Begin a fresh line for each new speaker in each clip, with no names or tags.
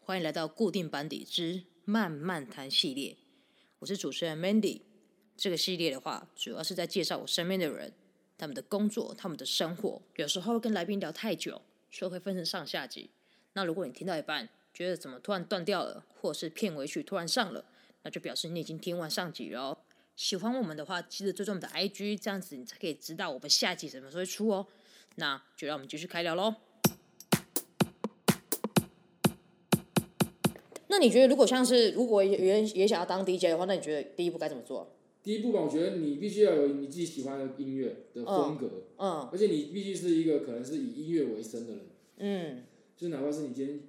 欢迎来到固定班底之慢慢谈系列，我是主持人 Mandy。这个系列的话，主要是在介绍我身边的人，他们的工作，他们的生活。有时候跟来宾聊太久，所以会分成上下集。那如果你听到一半，觉得怎么突然断掉了，或者是片尾曲突然上了，那就表示你已经听完上集了哦。喜欢我们的话，记得追踪我们的 IG，这样子你才可以知道我们下集什么时候会出哦。那就让我们继续开聊喽。那你觉得，如果像是如果有人也想要当 DJ 的话，那你觉得第一步该怎么做？
第一步吧，我觉得你必须要有你自己喜欢的音乐的风格，
嗯
而且你必须是一个可能是以音乐为生的人，
嗯
就是哪怕是你今天，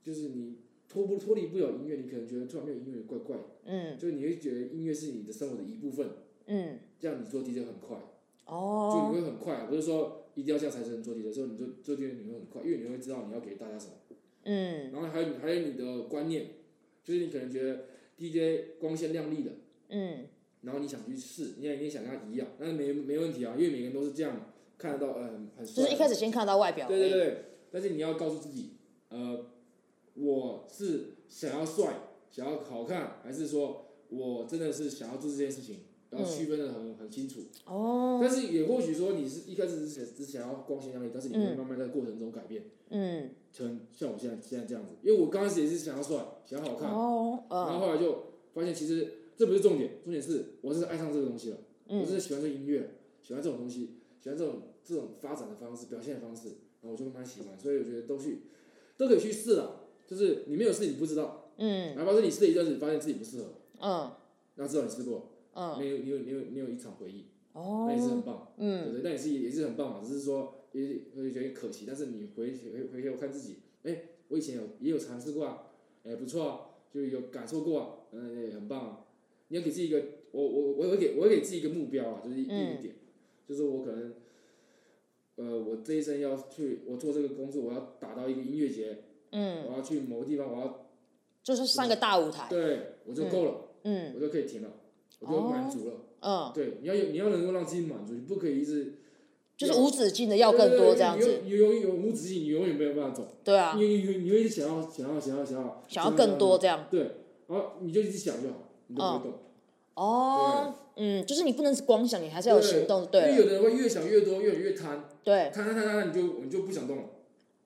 就是你脱不脱离不了音乐，你可能觉得突然没有音乐怪怪，
嗯
就是你会觉得音乐是你的生活的一部分，
嗯，
这样你做 DJ 很快，就
哦，
你会很快，不是说一定要像财神做 DJ，所以你做做 DJ 你会很快，因为你会知道你要给大家什么，
嗯
然后还有你还有你的观念，就是你可能觉得 DJ 光鲜亮丽的，
嗯
然后你想去试，你想你想跟他一样，那没没问题啊，因为每个人都是这样嘛，看得到，呃，很很
就
帅。
是一开始先看到外表而已，
对对对，但是你要告诉自己，呃，我是想要帅，想要好看，还是说我真的是想要做这件事情，然后区分的很、很清楚。
哦，
但是也或许说你是一开始是只想要光鲜亮丽，但是你会慢慢在过程中改变，
嗯
成像我现在现在这样子，因为我刚开始也是想要帅，想要好看，
哦，
然后
嗯
后来就发现其实这不是重点，重点是我真的爱上这个东西了。我真
嗯
的喜欢这个音乐，喜欢这种东西，喜欢这种这种发展的方式、表现的方式，然后我就慢慢喜欢，所以我觉得都去都可以去试啦。就是你没有试，你不知道，
嗯
哪怕是你试了一阵子，发现自己不适合，
嗯
那至少你试过，
嗯，
你有你有你有你有一场回忆，那也是很
哦，
棒，对
嗯
不对？那也是也是很棒嘛，啊只是说也会觉得可惜，但是你回回回头看自己，哎，我以前有也有尝试过啊，哎不错啊，就有感受过啊，嗯，也很棒啊。你要给自己一个，我我我会给我会给自己一个目标啊，就是一一
嗯
个点，就是我可能，呃，我这一生要去我做这个工作，我要打到一个音乐节，
嗯，
我要去某个地方，我要
就是上个大舞台，
对我就够了，
嗯
我就可以停了，我就
哦
满足了。
嗯，
对，你要有你要能够让自己满足，你不可以一直
就是无止境的要更多这样子，
呃你永远有无止境，你永远没有办法走。
对啊，
你你你会一直想要想要想要想要
想要更多，这嗯样，
对，然后你就一直想就好，你就不会动。
哦，嗯，就是你不能是光想，你还是要有行动，
因为
对啊
有
了，
的人会越想越多，越越贪，
对
贪。贪贪贪，你就你就不想动了。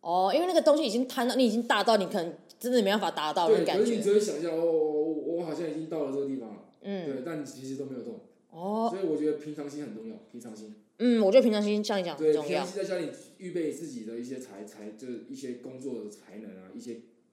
哦，因为那个东西已经摊到，你已经大到你可能真的没办法达到的
对，
感
可是你
觉。
只会想一下，哦，我我好像已经到了这个地方了，
嗯，
对，但你其实都没有动。
哦，
所以我觉得平常心很重要，平常心。
嗯，我觉得平常心像你讲很
对，
重
平
要
常。心在家里预备自己的一些才才，就是一些工作的才能啊，一些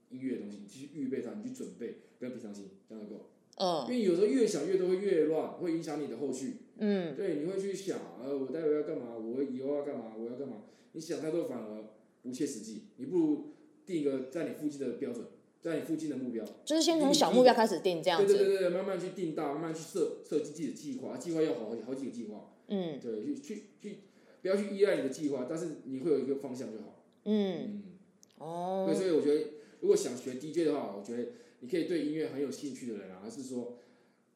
音乐的东西，你去预备它，你去准备，跟平常心这样就够了。因
嗯
为有时候越想越多会越乱，会影响你的后续。
嗯
对，你会去想，呃，我待会要干嘛？我以后要干嘛？我要干嘛？你想太多反而不切实际，你不如定一个在你附近的标准，在你附近的目标。
就是先从小目标开始定这样
对对
子。
对对，慢慢去定大，慢慢去设设计自己的计划，计划要好好几个计划。
嗯
对，去去去，不要去依赖你的计划，但是你会有一个方向就好。
嗯，
嗯，
哦
对，，所以我觉得如果想学 DJ 的话，我觉得你可以对音乐很有兴趣的人啊，还是说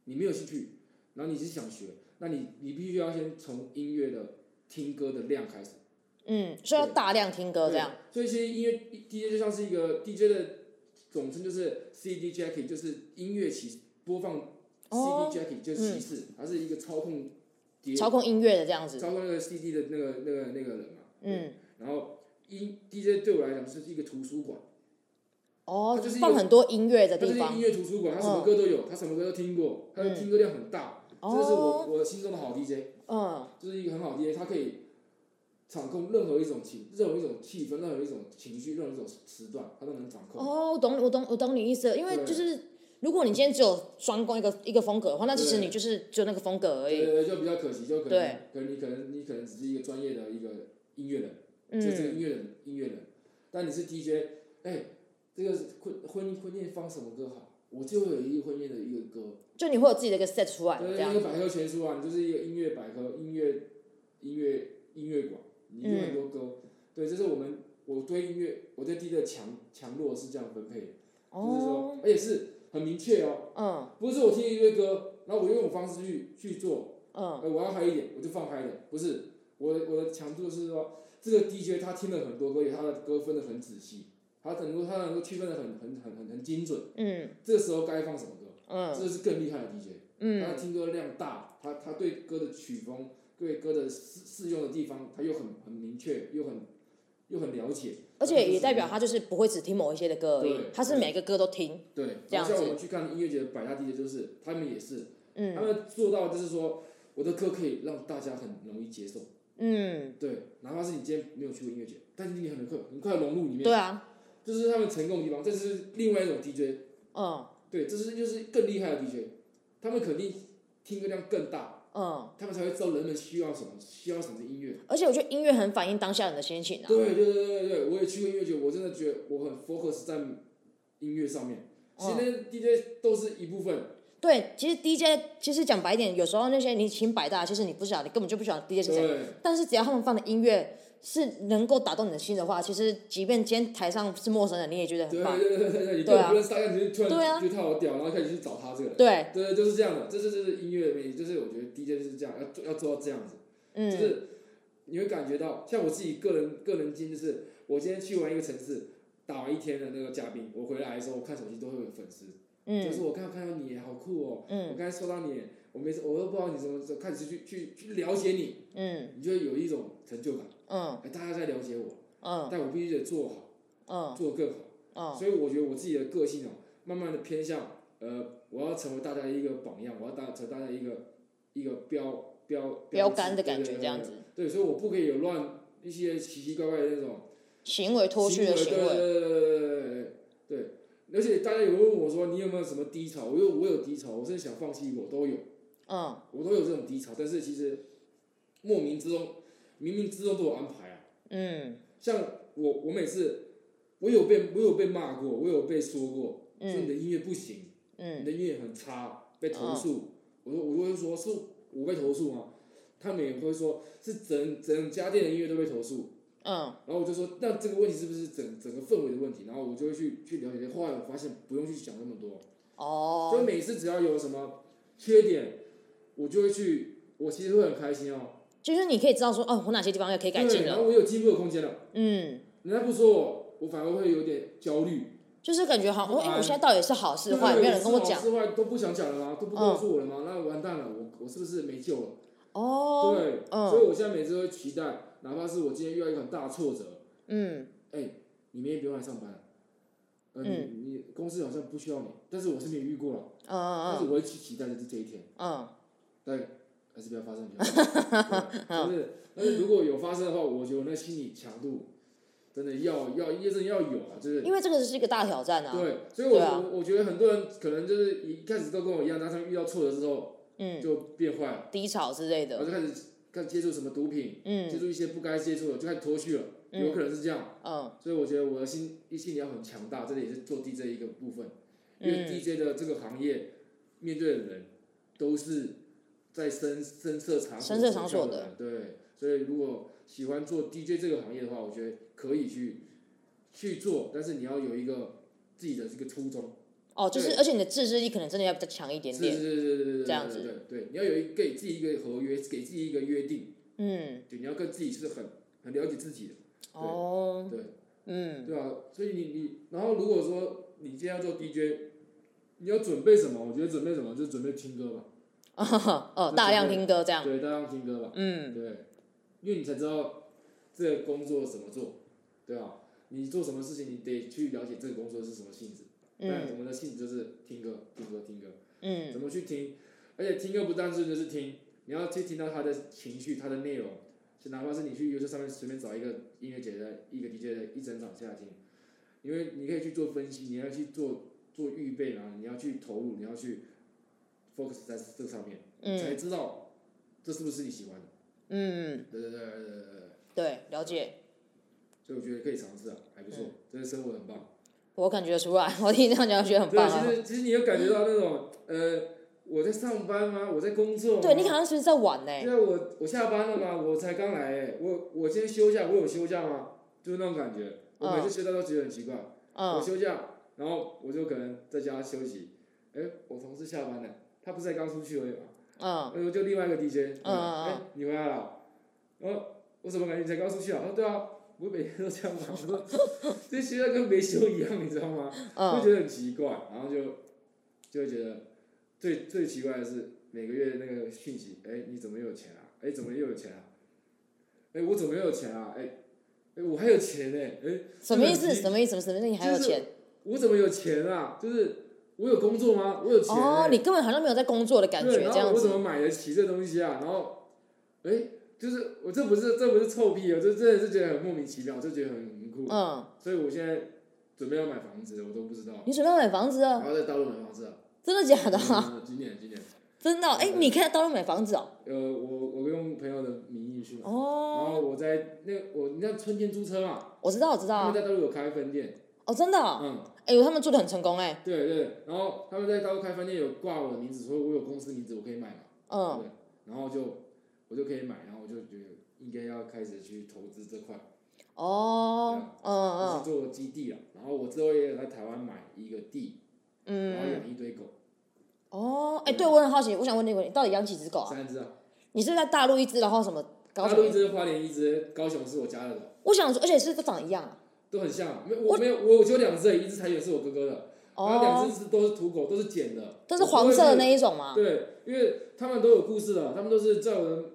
你没有兴趣，然后你只是想学，那你你必须要先从音乐的听歌的量开始。
嗯，所以要大量听歌这样。
所以其实音乐 DJ 就像是一个 DJ 的总称，就是 CD Jackie，就是音乐骑播放 CD
哦嗯
Jackie 就是骑士，他、是一个操控碟
操控音乐的这样子。
操控那个 CD 的那个那个那个人嘛。对。
嗯，
然后音 DJ 对我来讲是一个图书馆。
哦，
它就是一个
放很多音乐的
他
地
就是音
方。嗯
乐图书馆，他什么歌都有，他什么歌都听过，他的听歌量很大，这就是我
哦，
我心中的好 DJ，
嗯
就是一个很好的 DJ，他可以掌控任何一种情，任何一种气氛，任何一种情绪，任何一种时段，他都能掌控。
哦，我懂我懂我懂你意思了，因为
对
就是如果你今天只有专攻一个一个风格的话，那其实
对
你就是只有那个风格而
对
已。
对对，就比较可惜，就可能
对
可能你可能你可能只是一个专业的一个音乐人，就是
嗯
音乐人音乐人，但你是 DJ，哎，这个婚婚婚宴放什么歌好？我就有一个婚宴的一个歌，
就你会有自己的一个 set 出来，
对，
这
一
样
个百科全书啊，你就是一个音乐百科、音乐、音乐、音乐馆，你有很多歌。
嗯
对，这是我们我对音乐，我对 DJ 的强强弱是这样分配的，就是
哦，
说，而且是很明确哦，
嗯
不是我听一堆歌，然后我用我方式去去做，
啊
嗯，
呃，我要嗨一点，我就放嗨一点，不是，我的我的强度是说，这个 DJ 他听了很多歌，他的歌分得很仔细，他能够他能够区分的很很很很很精准，
嗯
这时候该放什么歌，
嗯
这是更厉害的 DJ。他
嗯
听歌量大，他他对歌的曲风、对歌的适适用的地方，他又很很明确，又很又很了解。
而且也代表
他
他就是不会只听某一些的歌而已
对，
他是每个歌都听，
对，
这样
然后
子
像我们去看音乐节的百大 DJ，就是他们也是，他
嗯
们做到就是说，我的歌可以让大家很容易接受。
嗯，
对，哪怕是你今天没有去过音乐节，但是你很快很快融入里面，
对啊，
这是他们成功的地方，这是另外一种 DJ，
嗯
对，这是就是更厉害的 DJ，他们肯定听歌量更大，
嗯，
他们才会知道人们需要什么，需要什么音乐。
而且我觉得音乐很反映当下人的心情啊，
对对对对对，我也去过音乐节，我真的觉得我很 focus 在音乐上面。
嗯
其实那些 DJ 都是一部分，
对，其实 DJ 其实讲白一点，有时候那些你请百啊大，其实你不晓得，你根本就不晓得 DJ 是谁，
对
但是只要他们放的音乐是能够打动你的心的话，其实即便今天台上是陌生人，你也觉得很
对
棒，
对对对对，你根
对
本
啊
不认识大家，你就突
对啊
然觉得他好屌，然后开始去找他这个人。
对，
对，就是这样的，这是这是音乐的魅力，就是我觉得 DJ 就是这样，要做要做到这样子。就
嗯
是你会感觉到，像我自己个人个人经历是，我今天去完一个城市，打完一天的那个嘉宾，我回来的时候，我看手机都会有粉丝，就是
嗯
我刚刚看到你，好酷哦，我
嗯
刚才说到你，我没我都不知道你什么时候开始去去去了解你，
嗯
你就会有一种成就感，
嗯
哎，大家在了解我，
嗯
但我必须得做好，
嗯
做得更好，
嗯，
所以我觉得我自己的个性哦，慢慢的偏向，呃，我要成为大家的一个榜样，我要当成为大家一个一个标标
标
志
杆的
对
感
对
觉
对
这样
对
子，
对，所以我不可以有乱一些奇奇怪怪的那种
行为脱序的
行
行
为
为，
对对对对对对对对。而且大家有问我说，你有没有什么低潮？我有，我有低潮，我甚至想放弃，我都有，
嗯
我都有这种低潮。但是其实莫名之中，冥冥之中都有安排啊。
嗯
像我，我每次我有被我有被骂过，我有被说过，说你
嗯
的音乐不行，你
嗯
的音乐很差，被投诉。我说，我就会说，是我被投诉吗？他们也会说，是整整家店的音乐都被投诉。
嗯
然后我就说，那这个问题是不是整整个氛围的问题？然后我就会去去了解。后来我发现不用去想那么多，所以
哦，
每次只要有什么缺点，我就会去，我其实会很开心哦。
就是你可以知道说哦，我哪些地方要可以改进
对然
了，
后我有进步的空间了。
嗯。
人家不说我，我反而会有点焦虑。
就是感觉好像，哎、我现在到底是好是
对
坏，没有人跟我
是好
讲
是坏都不想讲了吗？都不告诉我了吗？那完蛋了，我我是不是没救了？
哦。
对，
嗯
所以我现在每次都会期待，哪怕是我今天遇到一个很大的挫折，
嗯
哎、你明天不用来上班了，呃，你你公司好像不需要你，但是我是没有遇过了，
嗯嗯
但是
嗯
我会去期待的是这一天，
嗯
但还是不要发生比较 好。对就是，但是如果有发生的话，我觉得我那心理强度真的要要，真的要有啊，就是
嗯，因为这个是一个大挑战啊。
对，所以我、
对啊
我我觉得很多人可能就是一开始都跟我一样，但他们遇到挫折之后
嗯，
就变坏了，
低潮之类
然后
的。
就开始开始接触什么毒品，接
嗯
触一些不该接触的，就开始脱序了，
嗯
有可能是这样。
嗯
所以我觉得我的心一心理要很强大，这里也是做 DJ 一个部分，因为
嗯
DJ 的这个行业面对的人都是在深深色场所
深色场所
走
的
跳的人，对，所以如果喜欢做 DJ 这个行业的话，我觉得可以去去做，但是你要有一个自己的这个初衷，
哦，就是
对
而且你的自制力可能真的要比较强一点
是是
点。
是是是是，
这样子
对对对，你要有一给自己一个合约，给自己一个约定，
嗯
对，你要跟自己是很很了解自己的，
哦
对。
嗯
对啊，所以你你，然后如果说你今天要做 DJ，你要准备什么？我觉得准备什么就准备听歌吧，
哦，大量听歌这样。
对，大量听歌吧，
嗯
对，因为你才知道这个工作怎么做，对啊，你做什么事情，你得去了解这个工作是什么性质。但
嗯
我们的性质就是听歌，听歌，听歌，
嗯
怎么去听？而且听歌不单纯就是听，你要去听到他的情绪，他的内容。就哪怕是你去 YouTube 上面随便找一个音乐节的一个 DJ 的一整场下来听，因为你可以去做分析，你要去做做预备啊，你要去投入，你要去 focus 在这上面，才
嗯
知道这是不是你喜欢的。
嗯，
对对对对对对对，
对，了解。
所以我觉得可以尝试啊，还不
嗯
错，这个生活很棒。
我感觉出来，我听这样讲觉得很棒啊。
对，其实其实你有感觉到那种呃，我在上班吗？我在工作吗？
对你好像是不是在玩呢、
对啊，我我下班了嘛，我才刚来、欸，我我今天休假，我有休假吗？就是那种感觉。我每次休假都觉得很奇怪，我
嗯
休假，然后我就可能在家休息。哎、我同事下班了，他不是才刚出去而已嘛，
嗯
然后就另外一个 DJ，
嗯嗯嗯
哎、你回来了，然后我怎么感觉你才刚出去啊？哦，对啊，我每天都这样嘛，我说 这学校跟没修一样，你知道吗？
嗯
就觉得很奇怪，然后就就会觉得最最奇怪的是每个月那个讯息，哎、你怎么又有钱啊？哎、怎么又有钱啊？哎、我怎么又有钱啊？哎、哎、我还有钱呢、哎、
什么意
就
思？
很
什么意思？什么意思？你还有
就是
钱？
我怎么有钱啊？就是我有工作吗？我有钱、
哦
欸。，
你根本好像没有在工作的感
对，
觉，
然
这
后
样
我怎么
子。
买得起这东西啊？然后，哎、就是我这不是这不是臭屁哦，这真的是觉得很莫名其妙，就觉得很很酷。
嗯，
所以我现在准备要买房子，我都不知道。
你准备要买房子啊？
然后在大陆买房子啊？
真的假的 啊？
嗯今年今年，
真的哦？哎，
嗯
你可以在大陆买房子哦。
呃，我我用朋友的名义去买，然
哦，
后我在那我你知道春天租车嘛，
我知道，我知道
他们
啊。
在大陆有开分店，
哦，真的哦。
嗯，
哎，他们做的很成功哎。
对对，然后他们在大陆开分店有挂我的名字，说我有公司名字，我可以买嘛。
嗯，
对，然后就我就可以买，然后我就觉得应该要开始去投资这块，
哦，嗯
就是
嗯
做基地啊。然后我之后也有在台湾买一个地，然后
嗯。
养一堆狗，
哦，哎，对我很好奇，我想问你一个问题，到底养几只狗啊？
三只啊，
你是在大陆一只，然后什么高
大陆一
雄？
只，花莲一只，高雄是我家的狗，
我想说，而且是都长一样啊。
都很像。没有我没有我只有两只而已，一只柴犬是我哥哥的，然后两
哦，
只是都是土狗，都是捡的，
都是
我不会
黄色的
是
那一种吗？
对，因为他们都有故事的，他们都是在我的。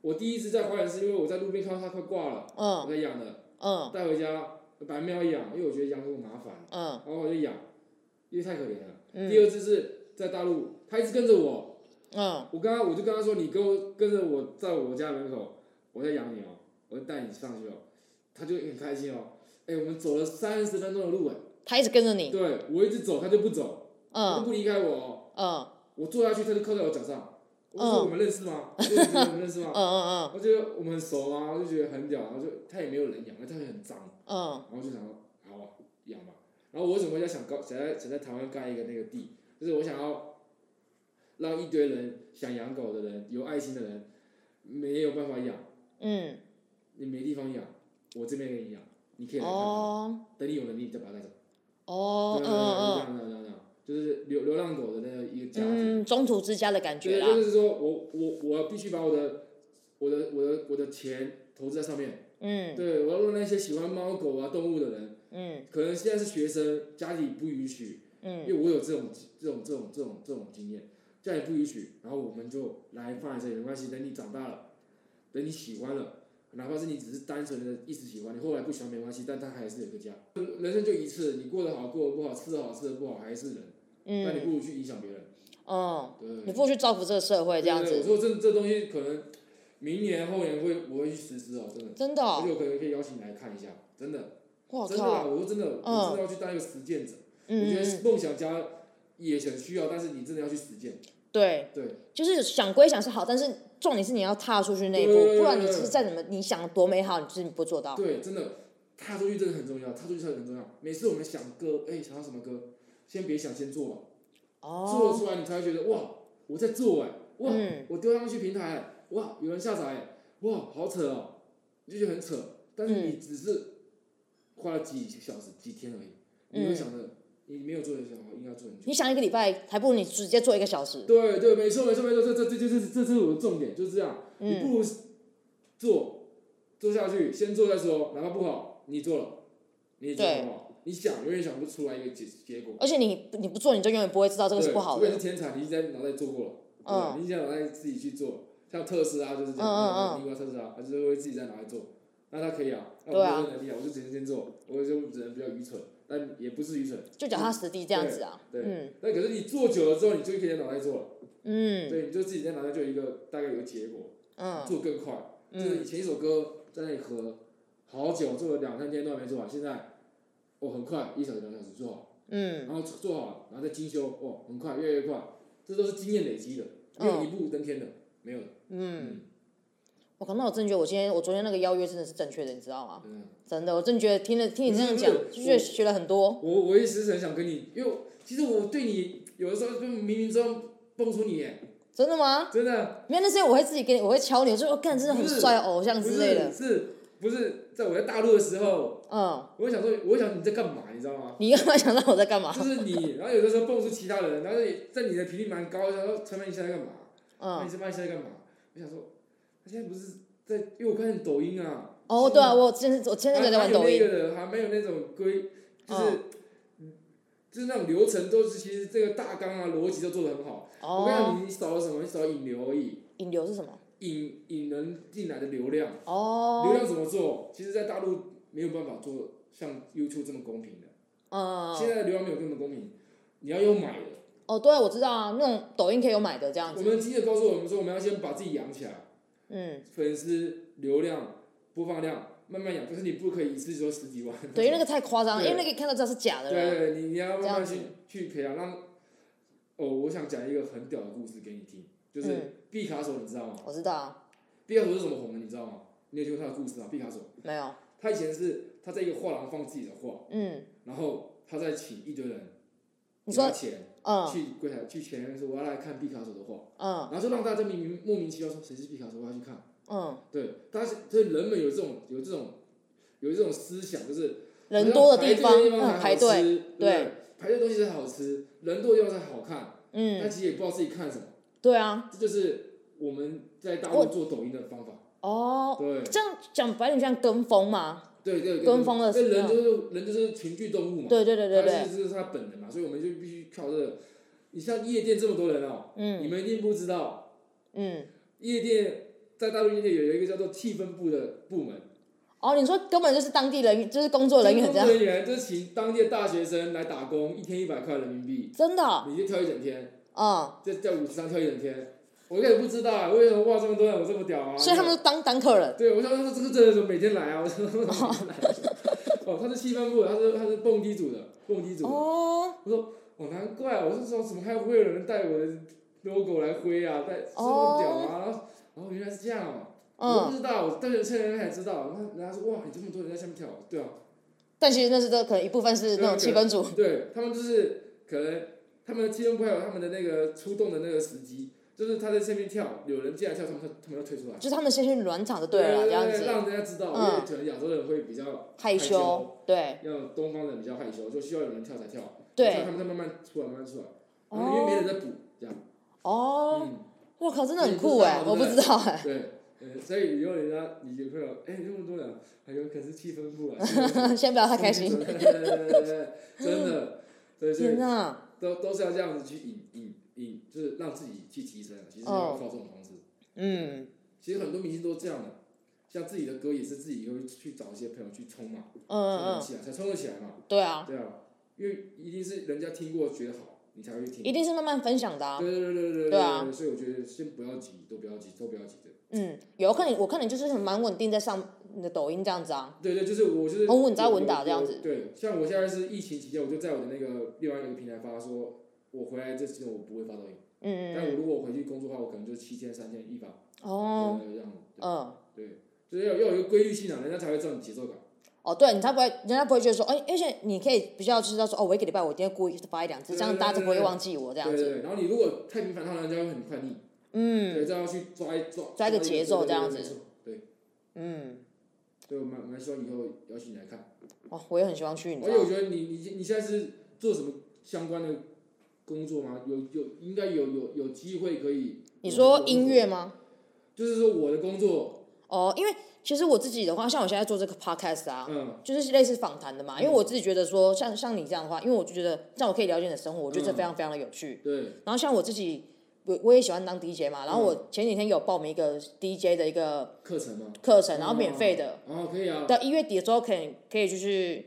我第一次在花莲是因为我在路边看到它快挂了，
嗯
我在养的，
嗯
带回家，白喵养，因为我觉得养狗麻烦，
嗯
然后我就养，因为太可怜了。第
嗯
二次是在大陆，他一直跟着我，
嗯，
我刚刚我就跟他说，你跟我跟着我在我家门口，我在养你哦，我带你上去哦，他就很开心哦。哎，我们走了三十分钟的路哎，
它一直跟着你。
对我一直走，他就不走，他
嗯
就不离开我哦。
嗯
我坐下去，他就靠在我脚上。我就
嗯
说我们认识吗？我就觉得我们认识
嗯
吗？
嗯
我觉得我们很熟啊，我就觉得很屌，然后就他也没有人养，那他也很脏。
嗯嗯
然后就想说，好啊，养吧。然后我为什么要想高想在想在台湾盖一个那个地，就是我想要让一堆人想养狗的人、有爱心的人没有办法养，
嗯。
你没地方养，我这边给你养，你可以来看看，
哦
等你有能力再把它带走。
哦
对啊
嗯
对对，
嗯
这样这样这样这样，就是流流浪狗的那个一个家庭。
嗯，中途之家的感觉
对，
啦。
就是说我我我必须把我的我的我的我的钱投资在上面，
嗯
对我要让那些喜欢猫狗啊动物的人，
嗯
可能现在是学生，家里不允许，因为
嗯
我有这种这种这种这种这种经验，家里不允许，然后我们就来放在这里没关系，等你长大了，等你喜欢了，哪怕是你只是单纯的一时喜欢，你后来不喜欢没关系，但他还是有个家。人生就一次，你过得好过得不好，吃得好吃得不好还是人，但你
嗯
不如去影响别人，
嗯，
对对
你
对
不如去造福这个社会这样
对
子，
我说这这东西可能明年后年会我会去实施哦，真的，
真的
而
哦。
且我可能可以邀请你来看一下，真的，
我
真的啊，
靠，
我说真的，我真的要去当一个实践者。我
嗯
觉
嗯
得
嗯，
梦想家也很需要，但是你真的要去实践。
对，
对，
就是想归想是好，但是重点是你要踏出去那一步
对对，对
不然你
对
是再怎么你想得多美好，你就是不做到。
对，真的踏出去真的很重要，踏出去真的很重要。每次我们想歌，哎，想到什么歌，先别想，先做吧，做了
哦，
出来你才会觉得哇，我在做哎，哇，
嗯
我丢上去平台哎，哇，有人下载哎，哇，好扯哦，你就觉得很扯，但是你只是花了几小时、几天而已，你没有
嗯
想着你没有做的想法应该做很久。
你想一个礼拜，还不如你直接做一个小时。
对对，没错没错没错，这这这这这这这是我的重点，就是这样。你
嗯
不如做做下去，先做再说，哪怕不好，你做了，你也做得很好。你想永远想不出来一个结结果。
而且你你不做，你就永远不会知道这个是
对
不好
除非
的
是。天才，你已经在脑袋做过了，
嗯
对你已经在脑袋自己去做，像特斯拉就是这样，
嗯嗯嗯
尼古拉特斯拉，他就是会自己在脑袋做。那他可以啊，那
对
我
啊
没有能力啊，我就只能先做，我就只能比较愚蠢，但也不是愚蠢，
就脚踏实地这样子啊。
对
嗯
但可是你做久了之后，你就可以在脑袋做了，
嗯
对，你就自己在脑袋就有一个大概有个结果，
嗯
做更快。就是以
嗯
前一首歌在那里合，好久做了两三天都还没做完，现在我、哦、很快一小时两小时做好，
嗯
然后做好了，然后再精修，哦，很快越来越快，这都是经验累积的，没有
嗯
一步登天的，没有的，
嗯。我靠，那我真的觉得我今天我昨天那个邀约真的是正确的，你知道吗？
嗯，
真的，我真的觉得听了听你这样讲，
不是不是
就觉得学了很多。
我我一直是很想跟你，因为其实我对你有的时候就冥冥中蹦出你耶，
真的吗？
真的，
没有那些我会自己给你，我会敲你，我说我干，真的很
不是
帅，偶像
不
之类
是
的。
是不是在我在大陆的时候，
嗯，
我想说，我想你在干嘛，你知道吗？
你干嘛想到我在干嘛？
就是你，然后有的时候蹦出其他人，然后也在你的频率蛮高，然后陈曼你现在干嘛？那
嗯
你陈曼你现在干嘛？我想说，他现在不是在，因为我看抖音啊，
哦，对啊，我之前我前阵子在玩抖
还
音，
没有那个的，还没有那种规，就是、
嗯
就是那种流程都是其实这个大纲啊逻辑都做得很好。我跟你
哦，
讲，你少了什么？你少了引流而已，
引流是什么？
引引人进来的流量，流
哦，
量怎么做？其实，在大陆没有办法做像 YouTube 这么公平的。现
嗯，
在的流量没有这么公平，你要用买的。
哦，对啊，我知道啊，那种抖音可以有买的这样
我
子，
们记者告诉我们说，我们要先把自己养起来，
嗯，
粉丝、流量、播放量慢慢养，可是你不可以一次就十几万。
对，因为那个太夸张了，
对
因为那个看到知道是假的
对
了，
对，你你要慢慢
这
去
样子
去培养，让哦，我想讲一个很屌的故事给你听，就是
嗯
毕卡索，你知道吗？
我知道啊，
毕卡索是怎么红的，你知道吗？你有听过他的故事吗？毕卡索，
没有，
他以前是他在一个画廊放自己的画，
嗯
然后他再请一堆人
你
给
说
他钱
嗯
去柜台去前面说我要来看毕卡索的画，
嗯
然后就让大家明明莫名其妙说谁是毕卡索，我要去看。
嗯，
对，但是所以人们有这种有这种有这种思想，就是
人多的地
方
方，，嗯，排队，，
对，排队东西才好吃，人多的地方才好看，但
嗯，
其实也不知道自己看什么，
对啊，
这就是我们在大
我
陆做抖音的方法，
哦，
对，
这样讲白点像跟风嘛，
对对，
跟风的
这
是嗯
人就是人就是群居动物嘛，
对对对对
他
对，
是这是他本能嘛，所以我们就必须靠这个，你像夜店这么多人哦，你
嗯
们一定不知道，
嗯，
夜店在大陆夜店有一个叫做气氛部的部门。
哦，你说根本就是当地人，就是工作人员这
工
样
作，人员就是请当地的大学生来打工，一天一百块人民币，
真的哦，
你就跳一整天，
嗯，
在在舞池上跳一整天。我根本不知道啊，为什么哇这么多人，我这么屌啊？
所以他们都当当客人，
对我想说这个真的是每天来啊，我说哦，他是西方部的，他是他是蹦迪组的，蹦迪组的。
哦
哦，难怪我是说怎么还会有人带我的 logo 来挥啊，带这么屌啊？然后然后原来是这样哦，我
哦嗯，
不知道，我到有些人才知道。然后人家说哇，你这么多人在下面跳，对啊，
但其实那是都可能一部分是那种气氛组，
对他们就是可能他们的气氛不还有他们的那个出动的那个时机，就是他在下面跳，有人进来跳，他们就他们就退出来。
就是他们先去暖场就对了啦，这样
对对
子
让人家知道，
嗯
因为可能亚洲人会比较
害羞
羞，
对
让东方人比较害羞，就需要有人跳才跳，所以
对
他，们再慢慢出来，慢慢出来，然后因为没
哦
人在补，这样，
哦，
嗯，
我靠，真的很
你不知
酷
道
哎，
对不
我不知道 哎，
对，呃，所以以后人家你女朋友，哎，这么多人，还有可能是气氛部 啊，
先不要太开 心，嗯
对，对对对对真的，对，所以
天哪，
都都是要这样子去引引引，就是让自己去提升啊。其实要靠这种方式。
嗯
其实很多明星都这样的，像自己的歌也是自己会去找一些朋友去冲嘛，
嗯嗯
冲得
嗯，
起来才冲得起来嘛。
对啊，
对啊，因为一定是人家听过觉得好，你才会听。
一定是慢慢分享的啊，
对对对对对
对啊
所以我觉得先不要急，都不要急，都不要急的。
嗯，有我看你，我看你就是很蛮稳定在上你的抖音这样子啊，
对对，就是我就是
很稳扎稳打这样子
我对，像我现在是疫情期间，我就在我的那个另外一个平台发说，我回来这期间我不会发抖音，但
嗯嗯
我如果我回去工作的话，我可能就七天三天一发，
嗯，哦，
对对对这样子。对
嗯。
对，就是要要有一个规律性啊，人家才会知道你节奏感。
哦，对，你才不会，人家不会觉得说，哎，而且你可以比较知道说，哦，我一个礼拜我一定要故意发一两次，这样大家就不会忘记我这样
对
子。
对对，然后你如果太频繁的话，人家会很快腻。
嗯
对，这样要去抓一抓
抓一个
一
节奏
对对
这样
对
子
没错
嗯，
对，所以我蛮蛮希望以后邀请你来看。
哦，我也很喜欢去，你
而
知
且
道
我
吗？
觉得你你你现在是做什么相关的工作吗？有有应该有有有机会可以。
你说音？乐吗？
就是说我的工作，
哦，因为其实我自己的话，像我现在做这个 podcast 啊，
嗯，
就是类似访谈的嘛，因为我自己觉得说，像像你这样的话，因为我就觉得这样我可以了解你的生活，我觉得这
嗯
非常非常的有趣。
对，
然后像我自己，我我也喜欢当 DJ 嘛，然后我前几天有报名一个 DJ 的一个
课程嘛。
课程，然后免费的，
哦，可以啊。
到一月底的时候可以可以就是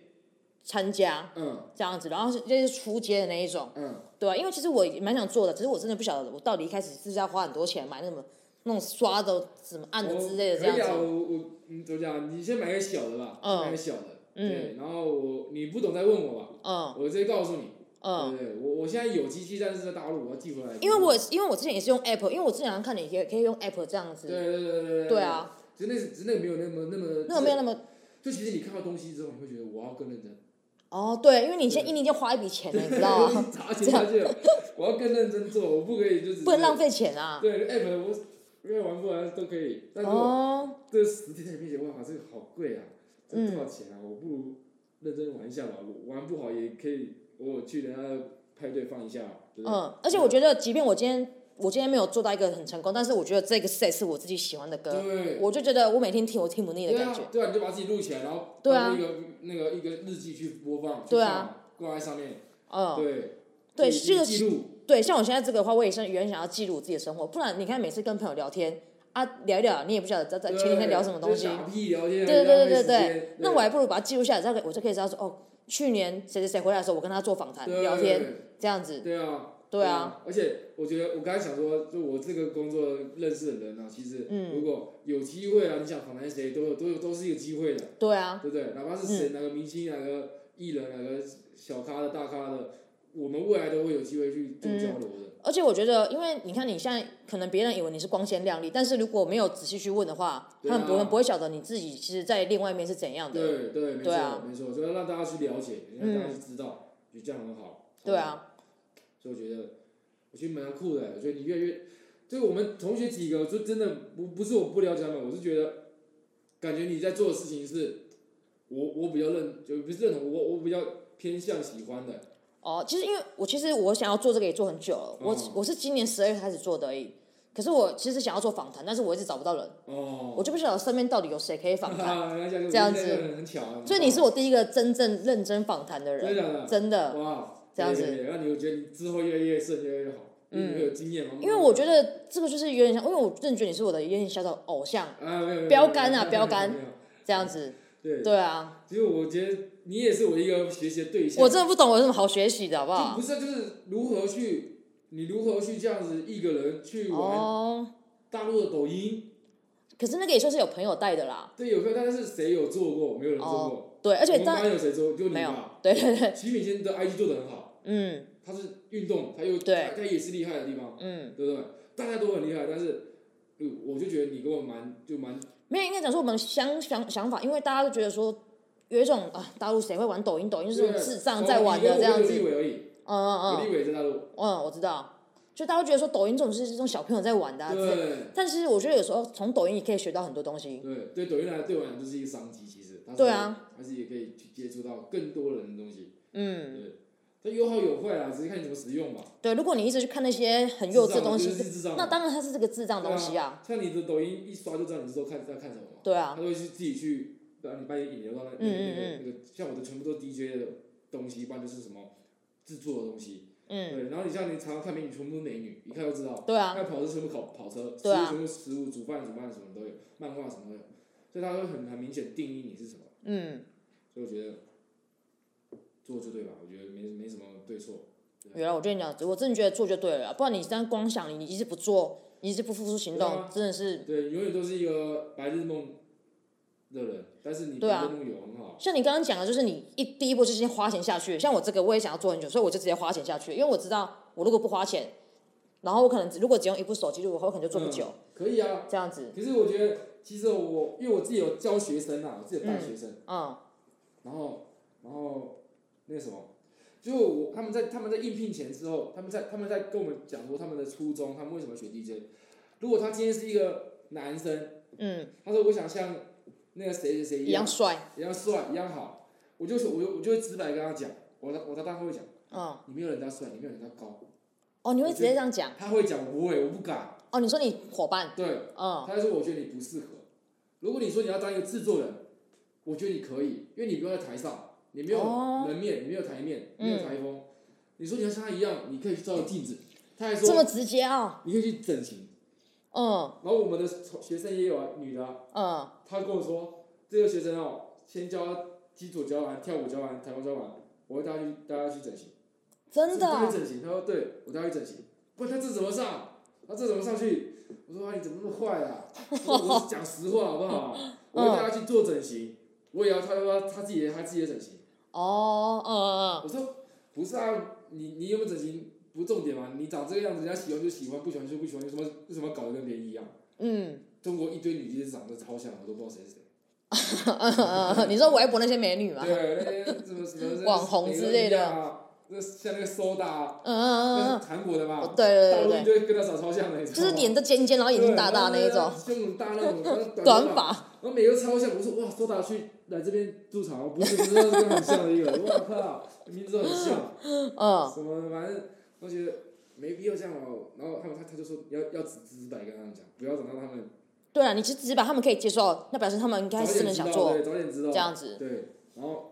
参加
嗯
这样子，然后是就是出街的那一种，
嗯，
对啊，因为其实我也蛮想做的，只是我真的不晓得我到底一开始是不是要花很多钱买那种那种刷的什么按的之类的这样
我可以啊，
子，
我我嗯怎么讲？你先买个小的吧，
嗯
买个小的。
嗯
对，然后我你不懂再问我吧，
嗯
我直接告诉你。
嗯。
对对，我我现在有机器，但是在大陆我要寄回来。
因为我因为我之前也是用 app，因为我之前好像看你也可以用 app 这样
对
子，
对对对对
对，啊，
只是那只是那个没有那么那么
那个没有那么
就其实你看到东西之后，你会觉得我要更认真，
哦，对，因为你现在一年就花一笔钱了，你知道 吗？
砸钱下去了， 我要更认真做，我不可以就只是
不能浪费钱啊。
对 app 我因为玩不玩都可以，但是我
哦，
这实体产品面前，哇，这个好贵啊，这
嗯
多少钱啊？我不如认真玩一下吧，我玩不好也可以偶尔去人家派对放一下，对不对？
哦嗯，而且我觉得，即便我今天我今天没有做到一个很成功，但是我觉得这个 set 是我自己喜欢的歌，
对，
我就觉得我每天听我听不腻的
对
感觉
啊，。对啊，你就把自己录起来，然后
对啊
当作一个那个一个日记去播放，去
对啊
放，挂在上面，
嗯，
对，
对，
去
这个
记录，
对，像我现在这个的话，我也是原想要记录我自己的生活，不然你看每次跟朋友聊天啊，聊一聊，你也不晓得在在
对啊
前几天聊什么东西
就。打屁聊天，
对对对对对
浪费时
对
间，
那我还不如把它记录下来，这样我就可以知道说，哦，去年谁谁谁回来的时候，我跟他做访谈
对
聊天这样子。
对啊，
对啊，
而且我觉得我刚才想说，就我这个工作认识的人啊，其实
嗯
如果有机会啊，你想访谈谁，都有都有都是一个机会的，
对啊，
对不对？哪怕是谁，哪个明星，哪个艺人，哪个小咖的、大咖的，我们未来都会有机会去做
嗯
交流的。
而且我觉得，因为你看你现在可能别人以为你是光鲜亮丽，但是如果没有仔细去问的话，
对
他
啊
们不会不会晓得你自己其实，在另外一面是怎样的。
对对，没
对
错、
啊嗯
没错，所以要让大家去了解，让大家去知道，就这样很好。哦
对，啊，
所以我觉得我觉得蛮酷的，我觉得你越来越，就是我们同学几个，就真的不不是我不了解他们，我是觉得感觉你在做的事情是，我我比较认，就不是认同，我我比较偏向喜欢的。
哦，其实因为我其实我想要做这个也做很久了，我
嗯
我是今年十二月开始做的而已。可是我其实想要做访谈，但是我一直找不到人，
哦，
我就不晓得身边到底有谁可以 访谈。
这
这样子
很巧啊。
所以你是我第一个真正认真访谈的
真
人，
的假的啊哦
真的。
哇，
这样子
对，对对那你会觉得你之后越来越顺，越来越好，
嗯
因为有经验嘛。
因为我觉得这个就是有点像，因为我真的觉得你是我的有点小小偶像
啊，没有没有
标杆啊
没有
标杆
没有没有
这样子。
对，
对啊，
其实我觉得你也是我一个学习的对象。
我真的不懂我有什么好学习的，好不
就
好
不？是就是如何去，你如何去这样子一个人去玩
哦，
大陆的抖音？
可是那个也算是有朋友带的啦。
对，有没有？但是谁有做过？没有人做过。
对，而
我
且
们
当
班有谁做？就你
没有
吧。，
对对对，
徐敏先的 IG 做的很好，
嗯
他是运动，他又
对
他他也是厉害的地方，
嗯，
对不对？大家都很厉害，但是。呃我就觉得你跟我蛮就蛮
没有应该讲说我们想想想法，因为大家都觉得说有一种啊，大陆谁会玩抖音？抖音就是这种智障在玩的这样
我立
子。
伟而已，
嗯嗯
我
嗯
立伟在大陆，
嗯，我知道，就大家都觉得说抖音这种是这种小朋友在玩的、啊之类的。
对
但是我觉得有时候从抖音也可以学到很多东西。
对对，抖音来对我来讲就是一个商机，其实它是
对啊，
它是也可以去接触到更多人的东西，
嗯，
它有好有坏啊，只是看你怎么使用吧。
对，如果你一直去看那些很幼稚的东
智障就是
西，
智障
那当然它是这个智障东西啊。
像你的抖音一刷就知道你是说看在看什么嘛，
对
他
啊，嗯
都会去自己去让你把你引流到那那个那个那个，像我的全部都 DJ 的东西，不然就是什么制作的东西，
嗯，
对。然后你像你常常看美女，全部都是美女，一看就知道。
对啊，
看跑车全部跑跑车，食
对啊
物全部食物，煮饭煮饭什么都有，漫画什么都有，所以他会很很明显定义你是什么。
嗯，
所以我觉得做就对吧？我觉得没没什么对错。
原来我就跟你讲，我真的觉得做就对了啦，不然你这样光想，你一直不做，你一直不付出行动，
对啊
真的是。
对，永远都是一个白日梦的人，但是你
对啊
白日梦有很好。
像你刚刚讲的，就是你一第一步就是先花钱下去。像我这个，我也想要做很久，所以我就直接花钱下去，因为我知道我如果不花钱，然后我可能只如果只用一部手机，我可能就做不久，
可以啊，
这样子。
可是我觉得其实我因为我自己有教学生啊，我自己有带学生，
嗯
然后然后那个什么，就我他们在他们在应聘前之后，他们在他们在跟我们讲说他们的初衷，他们为什么选 DJ。如果他今天是一个男生，
嗯，
他说我想像那个谁谁谁
一
一样
样，帅，
一样帅，一样好，我就说我就我就会直白跟他讲，我在我在大会讲，
嗯，
你没有人家帅，你没有人家高，
哦，你会直接这样讲，
他会讲我不会，我不敢，
哦，你说你伙伴，
对，
嗯，
他就说我觉得你不适合。如果你说你要当一个制作人，我觉得你可以，因为你不用在台上，你没有
哦
门面，你没有台面，
嗯
没有台风。你说你要像他一样，你可以去照照镜子。他还
这么
说
直接啊、
你可以去整形。
嗯
然后我们的学生也有啊，女的啊、
嗯，
她跟我说这个学生哦，先教她基础教完，跳舞教完，台湾教完，我会带她去带她去整形。
真的
带
啊、
她去整形，他说对，我带她去整形。不然他这怎么上？他这怎么上去？我说啊，你怎么那么坏啊？我说我是讲实话好 不好？
嗯
我会带他去做整形，我也要他说他自己的他自己的整形。
哦，嗯嗯
我说不是啊，你你有没有整形不重点嘛？你长这个样子，人家喜欢就喜欢，不喜欢就不喜欢，有什么有什么搞得跟别人一样？
嗯
中国一堆女艺人长得超像，我都不知道谁是谁。
嗯嗯嗯，你说微博那些美女嘛？嗯
对，那些什么什么
网红之类的，
啊那像那个 Soda，啊
嗯
那
嗯
是韩国的
嗯，
嘛，
对对
大陆
对
一
对，
堆跟他长超像的，你知道
就
吗
是脸都尖尖，然后眼睛大大那一
啊对然
种，
后胸很大那种，然后短
短
发。
发，
然后每个都超像，我说哇，周达去来这边驻场，不是不是，那是跟很像的一个人，我靠，名字都很像，
嗯
什么反正我觉得没必要这样哦。然后他们他他就说要要直直白跟他们讲，不要等到他们
对啊，你其实只把他们可以接受，那表示他们应
早
该是真
点
的
知
想
道，
做
对，早点知道
这样子。
对，然后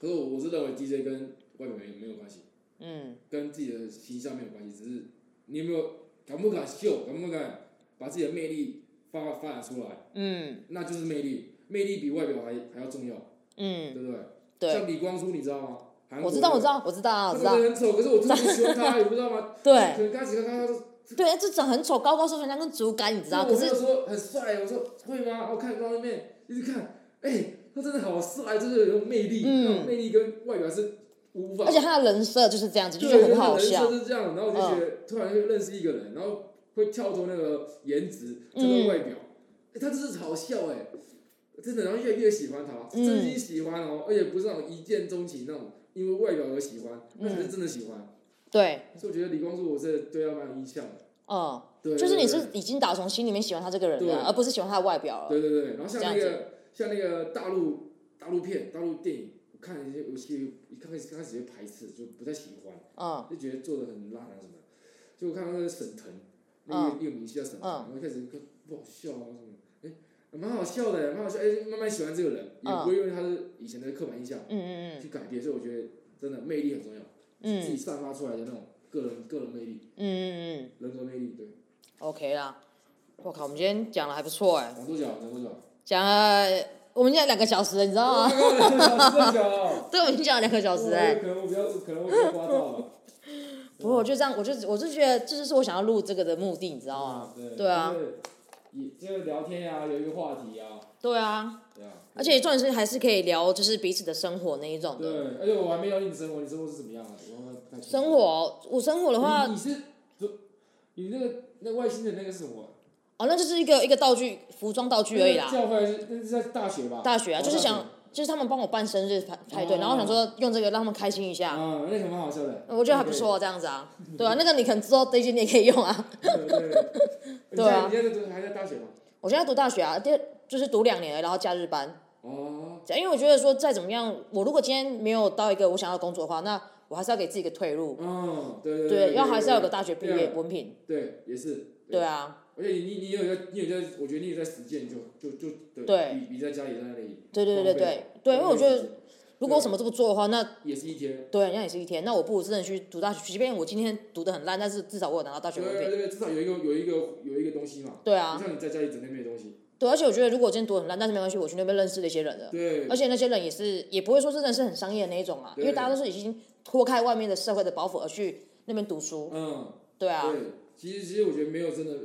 可是我我是认为 DJ 跟外表没有没有关系，
嗯，
跟自己的形象没有关系，只是你有没有敢不敢秀，敢不敢把自己的魅力发发展出来，
嗯
那就是魅力，魅力比外表还还要重要，
嗯，
对不对？
对，
像李光洙，你知道吗？韩国
我知道，
的
我知道，我知道，我知
他
道
长。得很丑，可是我就是喜 欢他，你不知道吗？
对
可能刚几个看他都，
对，这长很丑，高高瘦瘦，像根竹竿，你知道？可
我朋
是
友说很帅，我说会吗？我看到外面一直看，哎、他真的好帅，真的有那种魅力，
嗯
那种魅力跟外表是无法，
而且他的人设就是这样子，就
对，
是
因为
很
他
好
人设
笑。嗯
就是这样，然后我就觉得、突然就认识一个人，然后会跳脱那个颜值，这
嗯
个外表，哎、他真是好笑哎、真的，然后越来越喜欢他，
嗯
真心喜欢哦，而且不是那种一见钟情那种，因为外表而喜欢，那
嗯
才是真的喜欢。
对，
所以我觉得李光洙我是对他蛮有印象的。
嗯，
对，
就是你
对
是已经打从心里面喜欢他这个人
对
了，而不是喜欢他的外表了。
对对对，然后像那
这
个像那个大陆大陆片、大陆电影，我看一些我其实一刚开始刚开始就排斥，就不太喜欢，
嗯
就觉得做的很烂啊什么的。就我看到那个沈腾，那
嗯
个一个明星叫沈腾，然后一开始看不好笑啊什么的，哎，蛮好笑的，蛮好笑，哎，慢慢喜欢这个人，也
嗯
不会因为他是以前的刻板印象
嗯嗯
去改变，所以我觉得真的魅力很重要，自己
嗯
散发出来的那种个人个人魅力、
嗯嗯嗯
人格魅力，对。
，OK 啦。我靠，我们今天讲的还不错哎，
讲多久？讲 多久？
讲了我们现在两个小时了，你知道吗？
我刚刚讲多久？
对，我们已经讲了两个小时哎。
可能我比较，可能我比较花到了。
不过我就这样，我就我就觉得这就是我想要录这个的目的，你知道吗？
啊，对
对啊，
也就是聊天呀、有一个话题呀、
对啊，
对啊。
而且重点是还是可以聊，就是彼此的生活那一种的。
对，而且我还没了解你生活，你生活是怎么样的？我还不太清楚
生活，我生活的话
你，你是不你那个那外星人那个是什么？
哦，那就是一个一个道具，服装道具而已
那个
啦。
教会是那是在大学吧？
大学啊，
哦
就是
大
想
学，
就是他们帮我办生日派派对，
哦
然后想说用这个让他们开心一下，
啊，那个蛮好笑的。
我觉得还不错，这样子啊。对啊，那个你可能之后这些你也可以用啊。
对。对对。 你
对啊
现在你现在读还在大学吗？
我现在读大学啊，第就是读两年而已，然后假日班。
哦，
因为我觉得说再怎么样，我如果今天没有到一个我想要的工作的话，那我还是要给自己一个退路。
嗯，对对
对，要还是要有个大学毕
对
业
啊
文凭。
对，也是。
对啊，
而且你你你有在你有在，我觉得你有在实践就，就就对，
对
比比在家里在那里，
对对对对对对，因为我觉得如果我什么都不做的话，那
也是一天，
对那也是一天。那我不如真的去读大学，即便我今天读的很烂，但是至少我有拿到大学
对
文凭。
对对，至少有一个有一个有一个东西嘛，
对
不
啊，
像你在家里整天没有东西，
对，而且我觉得如果我今天读得很烂，但是没关系，我去那边认识了一些人了，
对
而且那些人也是也不会说真的是很商业的那一种啊，
对
因为大家都是已经脱开外面的社会的包袱而去那边读书。
嗯，
对啊，
对，其实其实我觉得没有真的，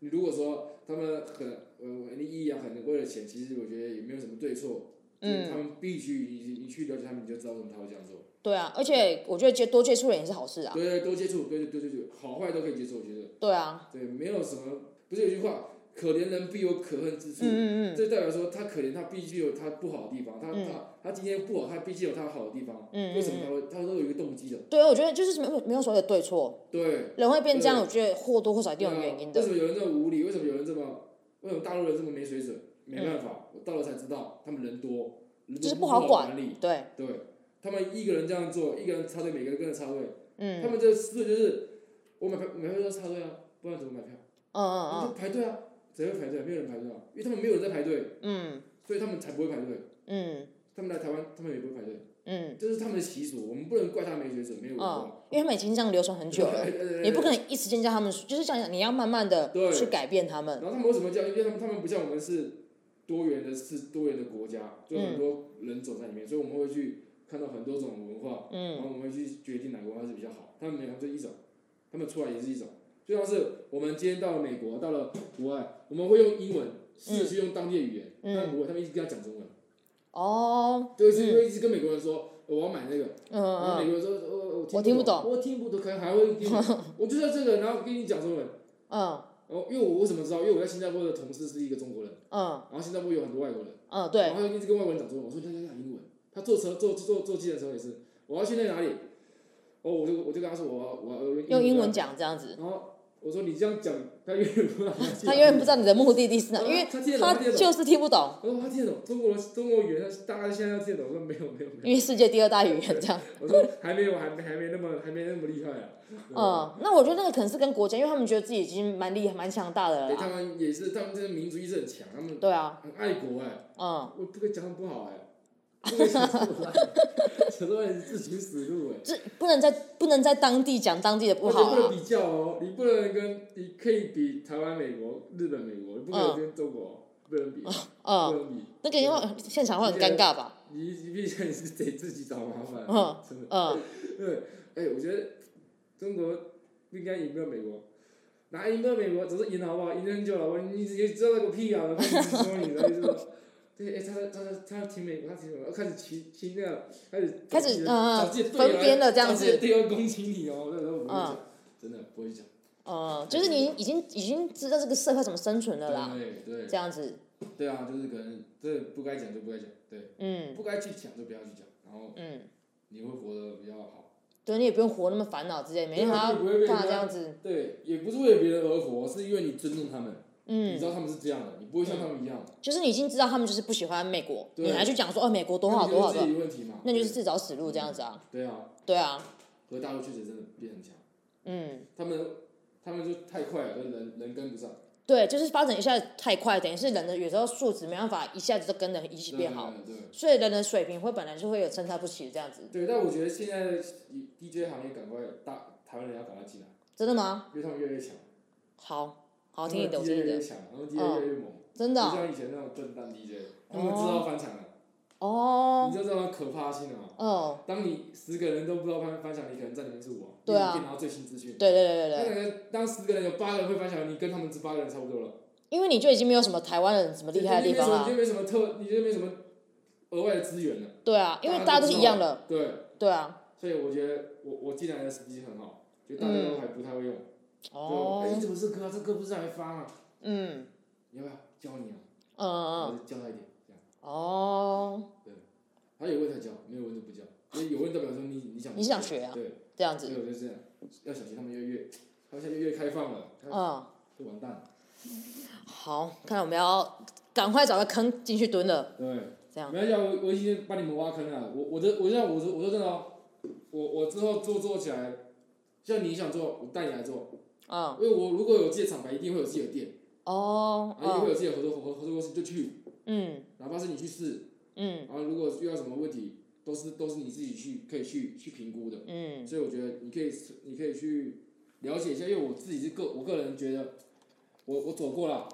你如果说他们很呃你一样很为了钱，其实我觉得也没有什么对错，就是他
嗯，
们必须你你去了解他们，你就知道为什么他会这样做，
对啊，而且我觉得接多接触人也是好事啊。
对对，多接触，对对对对对，好坏都可以接受，我觉得
对啊，
对，没有什么，不是有句话，可怜人必有可恨之处，
嗯嗯嗯
这代表说他可怜，他必须有他不好的地方，他、
嗯
他他今天不好，他必须有他好的地方。
嗯
为什么
嗯
他会他都有一个动机的？
嗯，对，我觉得就是没有没有所谓的对错，
对，
人会变这样，
对
我觉得或多或少一定
对
有
啊
原因的
为。什么有人这么无理？为什么有人这么？为什么大陆人这么没水准？没办法，我到了才知道，他们人多，人多
嗯就是不
不
好管
管理。
对，
对，他们一个人这样做，一个人插队，每个人跟着插队。
嗯
他们这思路就是，我买票买票要插队啊，不然怎么买票？
嗯嗯嗯
你就排队啊，谁会排队？没有人排队啊，因为他们没有人在排队，
嗯
所以他们才不会排队。
嗯
他们来台湾，他们也不会排队。
嗯
这是他们的习俗，我们不能怪他没水准，没有文
嗯
化。，
因为他们已经这样流传很久了，
了
你不可能一时间叫他们，就是这样，你要慢慢的
对
去改变他
然
们。
后他们为什么这样？因为他们他们不像我们是多元的，是多元的国家，就很多人种在里面，所以我们会去看到很多种文化，然
嗯
后我们会去决定哪个文化是比较好。他们没有，他们就一种，他们出来也是一种。就像是我们今天到了美国，到了国外，我们会用英文，试着去用当地的语言。
嗯
但国外他们一直跟他讲中文，
哦，
就一直会一直跟美国人说，我要买那个，
嗯
然后美
嗯
国人说，我
我
我
听
听
不
懂，我听不懂，可能还会听不懂，我就要这个，然后跟你讲中文。
嗯
哦，因为我为什么知道？因为我在新加坡的同事是一个中国人，
嗯
然后新加坡有很多外国人，
嗯，
然
对，
后他就一直跟外国人讲中文，我说他要讲英文，他坐车坐坐坐机的时候也是，我要去那哪里，哦，我就我就跟他说我要我要
用英文
讲，
讲这样子。
然后我我说你这样讲，他永远不知道你要讲
他永远不知道你的目的地是哪，
啊
因为
他听得懂
他
他听得懂
就是听不懂，
我说他听得懂中国中国语言，他大家现在要听得懂。我说没有没有没有，
因为世界第二大语言这样。
我说还没有还没还没那么还没那么厉害啊。
嗯，那我觉得那个可能是跟国家，因为他们觉得自己已经蛮厉害、蛮强大的了
对，
啦。
他们也是，他们这个民族意识很强，他们
对啊，
很爱国哎、
嗯，
我不可以讲他们不好哎、不可以讲他们不 好哎讲到人自寻死路哎、
这不能在不能在当地讲当地的不
而且
好
不能
啊。
比较哦，你不能跟你可以比台湾、美国、日本、美国，你不可以跟中国、哦，不能比，不
嗯，
能比。
那个因为现场会很尴尬吧？
你你毕竟是得自己找麻烦，
嗯
真的。
嗯，
对，哎、我觉得中国不应该赢不了美国，哪赢不了美国，只是赢好不好？赢很久了，我你你知道那个屁啊！我跟你说，你知道就是。对，哎、他他他要挺美国，他挺美国，开始骑骑那个，开始
开始
找
嗯
找自己的队
分
友来
边了这样
找自己的
子
队友攻击你哦，那时候我不会讲，
嗯
真的不会讲。
嗯，就是你已经已经知道这个社会怎么生存了啦，
对对
这样子，
对啊，就是可能这不该讲就不该讲，对，
嗯
不该去讲就不要去讲，然后
嗯，
你会活得比较好。
对你也不用活那么烦恼之类，每天还要
不会被
干嘛啊
人
这
家
样子，
对，啊也不是为了别人而活，是因为你尊重他们。你
嗯
知，道他们是这样的，你不会像他们一样，
就是你已经知道他们就是不喜欢美国，
对
你还去讲说哦美国多
那
好
你
多
就
好
是
多好
自己，的问题嘛。
那就是自找死路这样子啊，
对啊，
对啊，
可是大陆确实真的变很强，
嗯。
他们他们就太快了，所以人人跟不上。
对，就是发展一下太快，等于是人的有时候素质没办法一下子就跟着一起变好，
对对对
所以人的水平会本来就会有参差不齐这样子。
对，但我觉得现在的 DJ 行业赶快大台湾人要赶快进来，
真的吗？
因为他们越来越强，
好，好
他
听你
们
的，我
DJ
听你
越来越
的，
强，他们 DJ 越来越猛，
真
不
的哦
像以前那种笨蛋 DJ，他们知道翻墙了，
哦，
你就知道可怕性了嘛。
哦，
当你十个人都不知道翻翻墙，你可能在里面是我，
对啊
你可以拿到最新资讯。
对对对对
那
对，
可能当十个人有八个人会翻墙，你跟他们这八个人差不多了。
因为你就已经没有什么台湾人什么厉害的地方啊啦，
你就没什么特，你就没什么额外的资源了。
对啊，因为大家都是一样的，
对，
对啊，
所以我觉得我我进来的时机很好，就大家都还不太会用。
嗯
就哎，
哦
你，怎么是歌啊？这歌不是还发吗？
嗯
要不要教你啊？
嗯嗯，
我就教他一点，这样。
哦，
他有问才教，没有问就不教。因为有问代表说你你想
你想学啊
对，
这样
所
子，
以我就这样，要小心他们越越，他们现在越开放了，他
嗯，
就完蛋了。
好，看来我们要赶快找个坑进去蹲了，
对。
这样，
没关系啊，我我已经把你们挖坑了。我我的我现在我说我说真的哦，我我之后做做起来，像你想做，我带你来做。
嗯，
因为我如果有自己的厂牌，一定会有自己的店，
哦，
然后一定会
嗯
有自己的合作合合作公司就去，
嗯
哪怕是你去试，
嗯。
然后如果遇到什么问题，都是都是你自己去可以去去评估的。
嗯
所以我觉得你可以你可以去了解一下，因为我自己是个我个人觉得，我我走过了，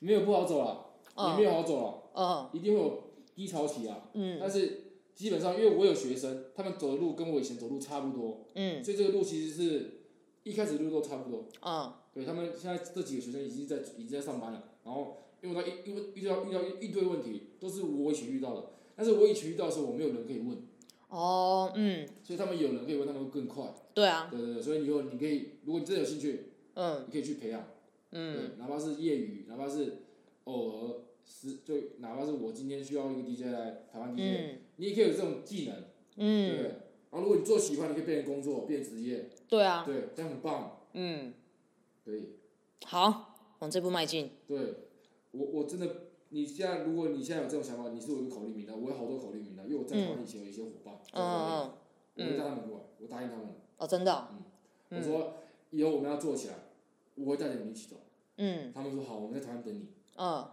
没有不好走了，也没
嗯
有好走了，
嗯
一定会有低潮期啊。
嗯
但是基本上，因为我有学生，他们走的路跟我以前走路差不多，
嗯
所以这个路其实是一开始路都差不多。
嗯
对他们现在这几个学生已经在已经在上班了，然后因为他一因为遇到遇到一一堆问题，都是我一起遇到的。但是我一起遇到的时候，我没有人可以问，
哦嗯，
所以他们有人可以问，他们会更快。
对啊，
对对对，所以以后你可以，如果你真的有兴趣，
嗯
你可以去培养，
嗯
对，哪怕是业余，哪怕是偶尔是，就哪怕是我今天需要一个 DJ 来台湾 DJ，、
嗯
你也可以有这种技能。对
嗯，
不对。然后如果你做喜欢，你可以变成工作，变职业，
对啊，
对，这样很棒，
嗯，
可以。
好，往这步迈进，
对，我我真的，你现在如果你现在有这种想法，你是我一个考虑名单，我有好多考虑名单，因为我在台湾以前有一些伙伴，在国内
嗯
我会
嗯嗯，
带他们过来，我答应他们，
哦，真的哦，
嗯我说以后我们要做起来，我会带着你们一起走。
嗯
他们说好，我们在台湾等你。
嗯，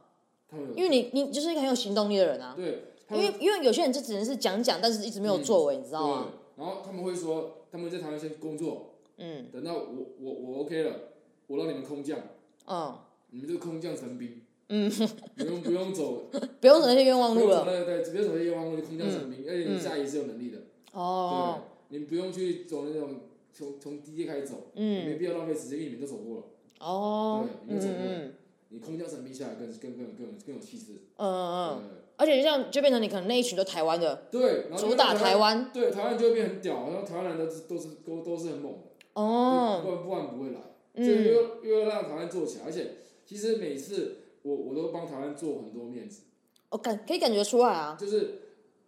他们有
因为你你就是一个很有行动力的人啊，
对，他嗯
因
们
为因为有些人就只能是讲讲，但是一直没有作为，你知道啊吗？
对，然后他们会说他们在台湾先工作，
嗯
等到我我我 OK 了，我让你们空降，
嗯，
你们就空降神兵，嗯，不用不用走
不用走那些冤枉
不
路
用走
了，嗯
那个对，只不用走那些弯路，空降神兵，而且你下也是有能力的，
哦，
对，你不用去走那种从从低阶开始走，没
嗯
必要浪费时间，因为你们都走过了，
哦，嗯
对你就走过
嗯
你空降神兵下来更更更更更有气势，
嗯嗯嗯，
嗯，
而且这样就变成你可能那一群都台湾的，
对，然后
主打台
湾，
湾，
对，台湾就会变很屌，然后台湾人都是都是都都是很猛的，
哦，
不然不然不会来，所以
嗯
又又要让台湾做起来，而且其实每次我我都帮台湾做很多面子，
我哦感可以感觉出来啊，
就是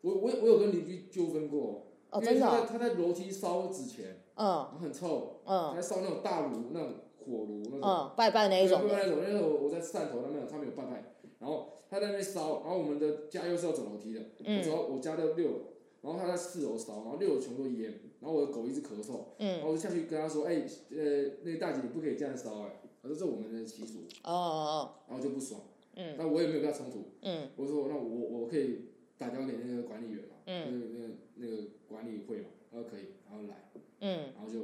我我我有跟邻居纠纷过，
哦，
因为
真的
他
哦、
在他在楼梯烧纸钱，然后很臭。
嗯
还烧那种大炉那种火炉那种。
嗯，拜拜那一种
对
的，
那种，因为我我在汕头那边有，他们有拜拜，然后他在那边烧，然后我们的家又是要走楼梯的，
嗯
我只要我家在六楼，然后他在四楼烧，然后六楼全部都烟，然后我的狗一直咳嗽，然
嗯，
后我就下去跟他说，哎、呃，那个大姐你不可以这样烧哎、他说这是我们的习俗，
哦哦
然后就不爽，
嗯，
但我也没有跟他冲突，
嗯，
我说那我我可以打电话给那个管理员嘛，
嗯
那个那个那个管理会嘛，他说可以，然后来，
哦，嗯
然后就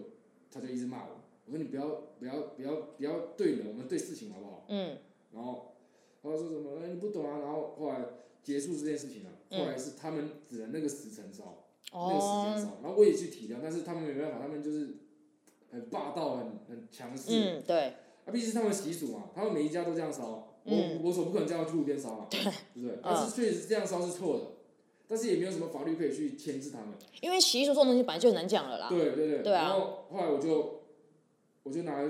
他就一直骂我，我说你不要不要不要不要对人，我们对事情好不好？
嗯
然后他说什么、哎你不懂啊，然后后来结束这件事情了、
嗯
后来是他们只能那个时辰烧，那个时间
哦，
烧，然后我也去体谅，但是他们没办法，他们就是很霸道，很很强势，
嗯对，
啊，毕竟是他们习俗嘛，他们每一家都这样烧，我、
嗯
我总不可能这样去路边烧嘛，对不对？但是确实这样烧是错的，但是也没有什么法律可以去牵制他们，
因为习俗这种东西本来就很难讲了啦，
对对对，
对啊
然后后来我就我就拿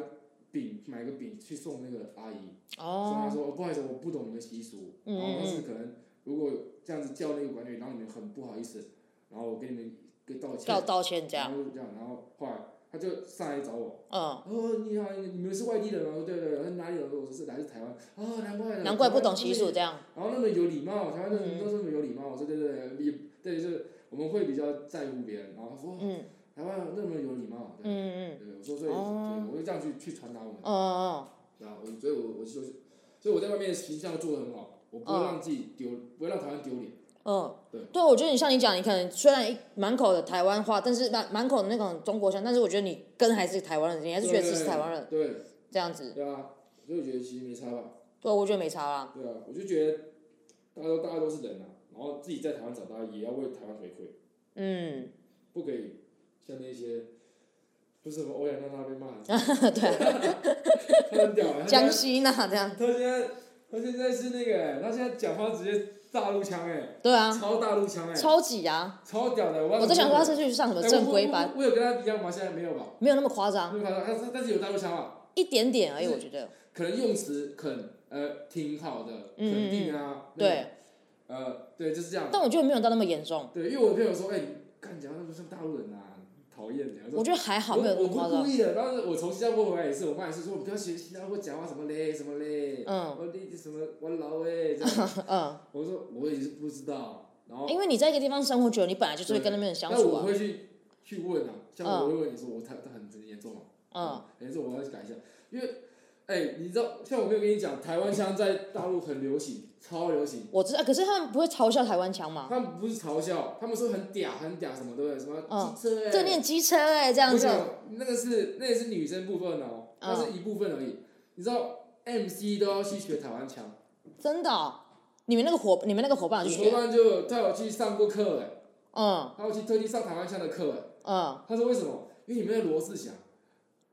饼买个饼去送那个阿姨，所以他
哦，
说、哦不好意思，我不懂你们习俗，
嗯
然后但是
嗯
可能如果这样子叫那个管理员，然后你们很不好意思，然后我跟你们跟道歉，
要道歉这
然
样，
后就这样，然后后来他就上来找我，
嗯，
哦你好，你们是外地人吗？我说对对，对他哪里人？我说是来自台湾，哦难怪
难怪不懂习俗，这样，
台湾然后那么有礼貌，台湾人
嗯
都这么有礼貌，我说对对对，也对就是我们会比较在乎别人，然后他说、哦
嗯
台湾人那么有礼貌，
嗯
对、
嗯
对，我说所以、
哦
对我就这样去去传达我们
嗯，哦
对啊，我所以我我就是，所以我在外面形象做的很好，我不会让自己丢，不会让台湾丢脸。
嗯
对，
对，我觉得你像你讲，你可能虽然一满口的台湾话，但是满满口的那种中国腔，但是我觉得你根还是台湾人，你还是觉得自己是台湾人
对
这样子，
对啊，所以我觉得其实没差吧。
对，我觉得没差啦，
对啊，我就觉得大家都大家都是人啊，然后自己在台湾长大，也要为台湾回馈，
嗯。
不可以像那些不是什么欧阳娜娜被骂，
对，啊
他很屌啊，他
江
现在
西那这样，
他现在他现在是那个、他现在讲话直接大陆腔哎、
对啊，
超大陆腔哎、
超级啊！
超屌的。
我在想说他
什
是去上什么正规班，
我有跟他一样吗？现在没有吧？
没有那么夸张，
没有他但是但是有大陆腔啊。
一点点而已，
是
我觉得。
可能用词肯呃挺好的，
嗯
肯定啊，那种，
对，
呃对，就是这样。
但我觉得没有到那么严重，
对，因为我的朋友说，哎、你看你讲话不像大陆人啊，讨厌的。
我
说
觉得还好，
我
没有那
我
么夸
不
张
故。意的，当时我从新加坡回来也是，我妈也是说，我不要学新加坡讲话什么嘞什么嘞，
嗯
我弟弟什么我老哎，这样
嗯，
我说我也是不知道，然后
因为哎你在一个地方生活久了，你本来就是会跟那边人相
但
处
我
啊。
会去去问啊，像
嗯
我会问你说我他他很很严重啊，
嗯，
哎，这我要改一下，因为，哎、你知道，像我没有跟你讲，台湾腔在大陆很流行，超流行。
我知道，可是他们不会嘲笑台湾腔嘛？
他们不是嘲笑，他们说很嗲，很嗲什么，对不对？啊什么
嗯
机车哎、
这念机车哎，这样
我
子。
想那个是那也是女生部分哦，
嗯
那是一部分而已。你知道 MC 都要去学台湾腔，
真的哦，你们那个伙，你们那个伙伴
我
有去
同
学？
伴就他有去上过课哎，
嗯
他有去特地上台湾腔的课哎。
嗯，
他说为什么？因为你们的罗志祥，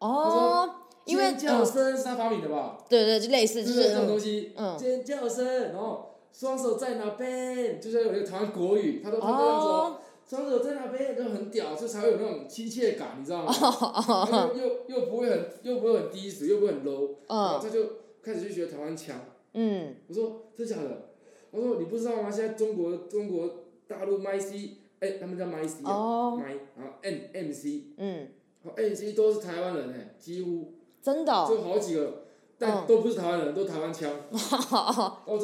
哦，因为
尖叫
嗯，
声是他发明的吧？
对对，就类似，就
就是
是
那种
嗯
东西，
嗯
尖叫声，然后双手在哪边，就是有一个台湾国语，他都他这样子哦，
哦
双手在哪边就很屌，就才会有那种亲切感，你知道吗？
哦
又又又不会很又不会很低俗，又不会很 low，然后
嗯
他就开始去学台湾腔。
嗯，
我说真假的？我说你不知道吗？现在中国中国大陆 my c，哎、他们叫 my c 啊、
哦
my，然后 m m c，
嗯。
然后 m c 都是台湾人哎、几乎
真的、哦，
就好几个，
嗯
但都不是台湾人，都台湾腔。
哦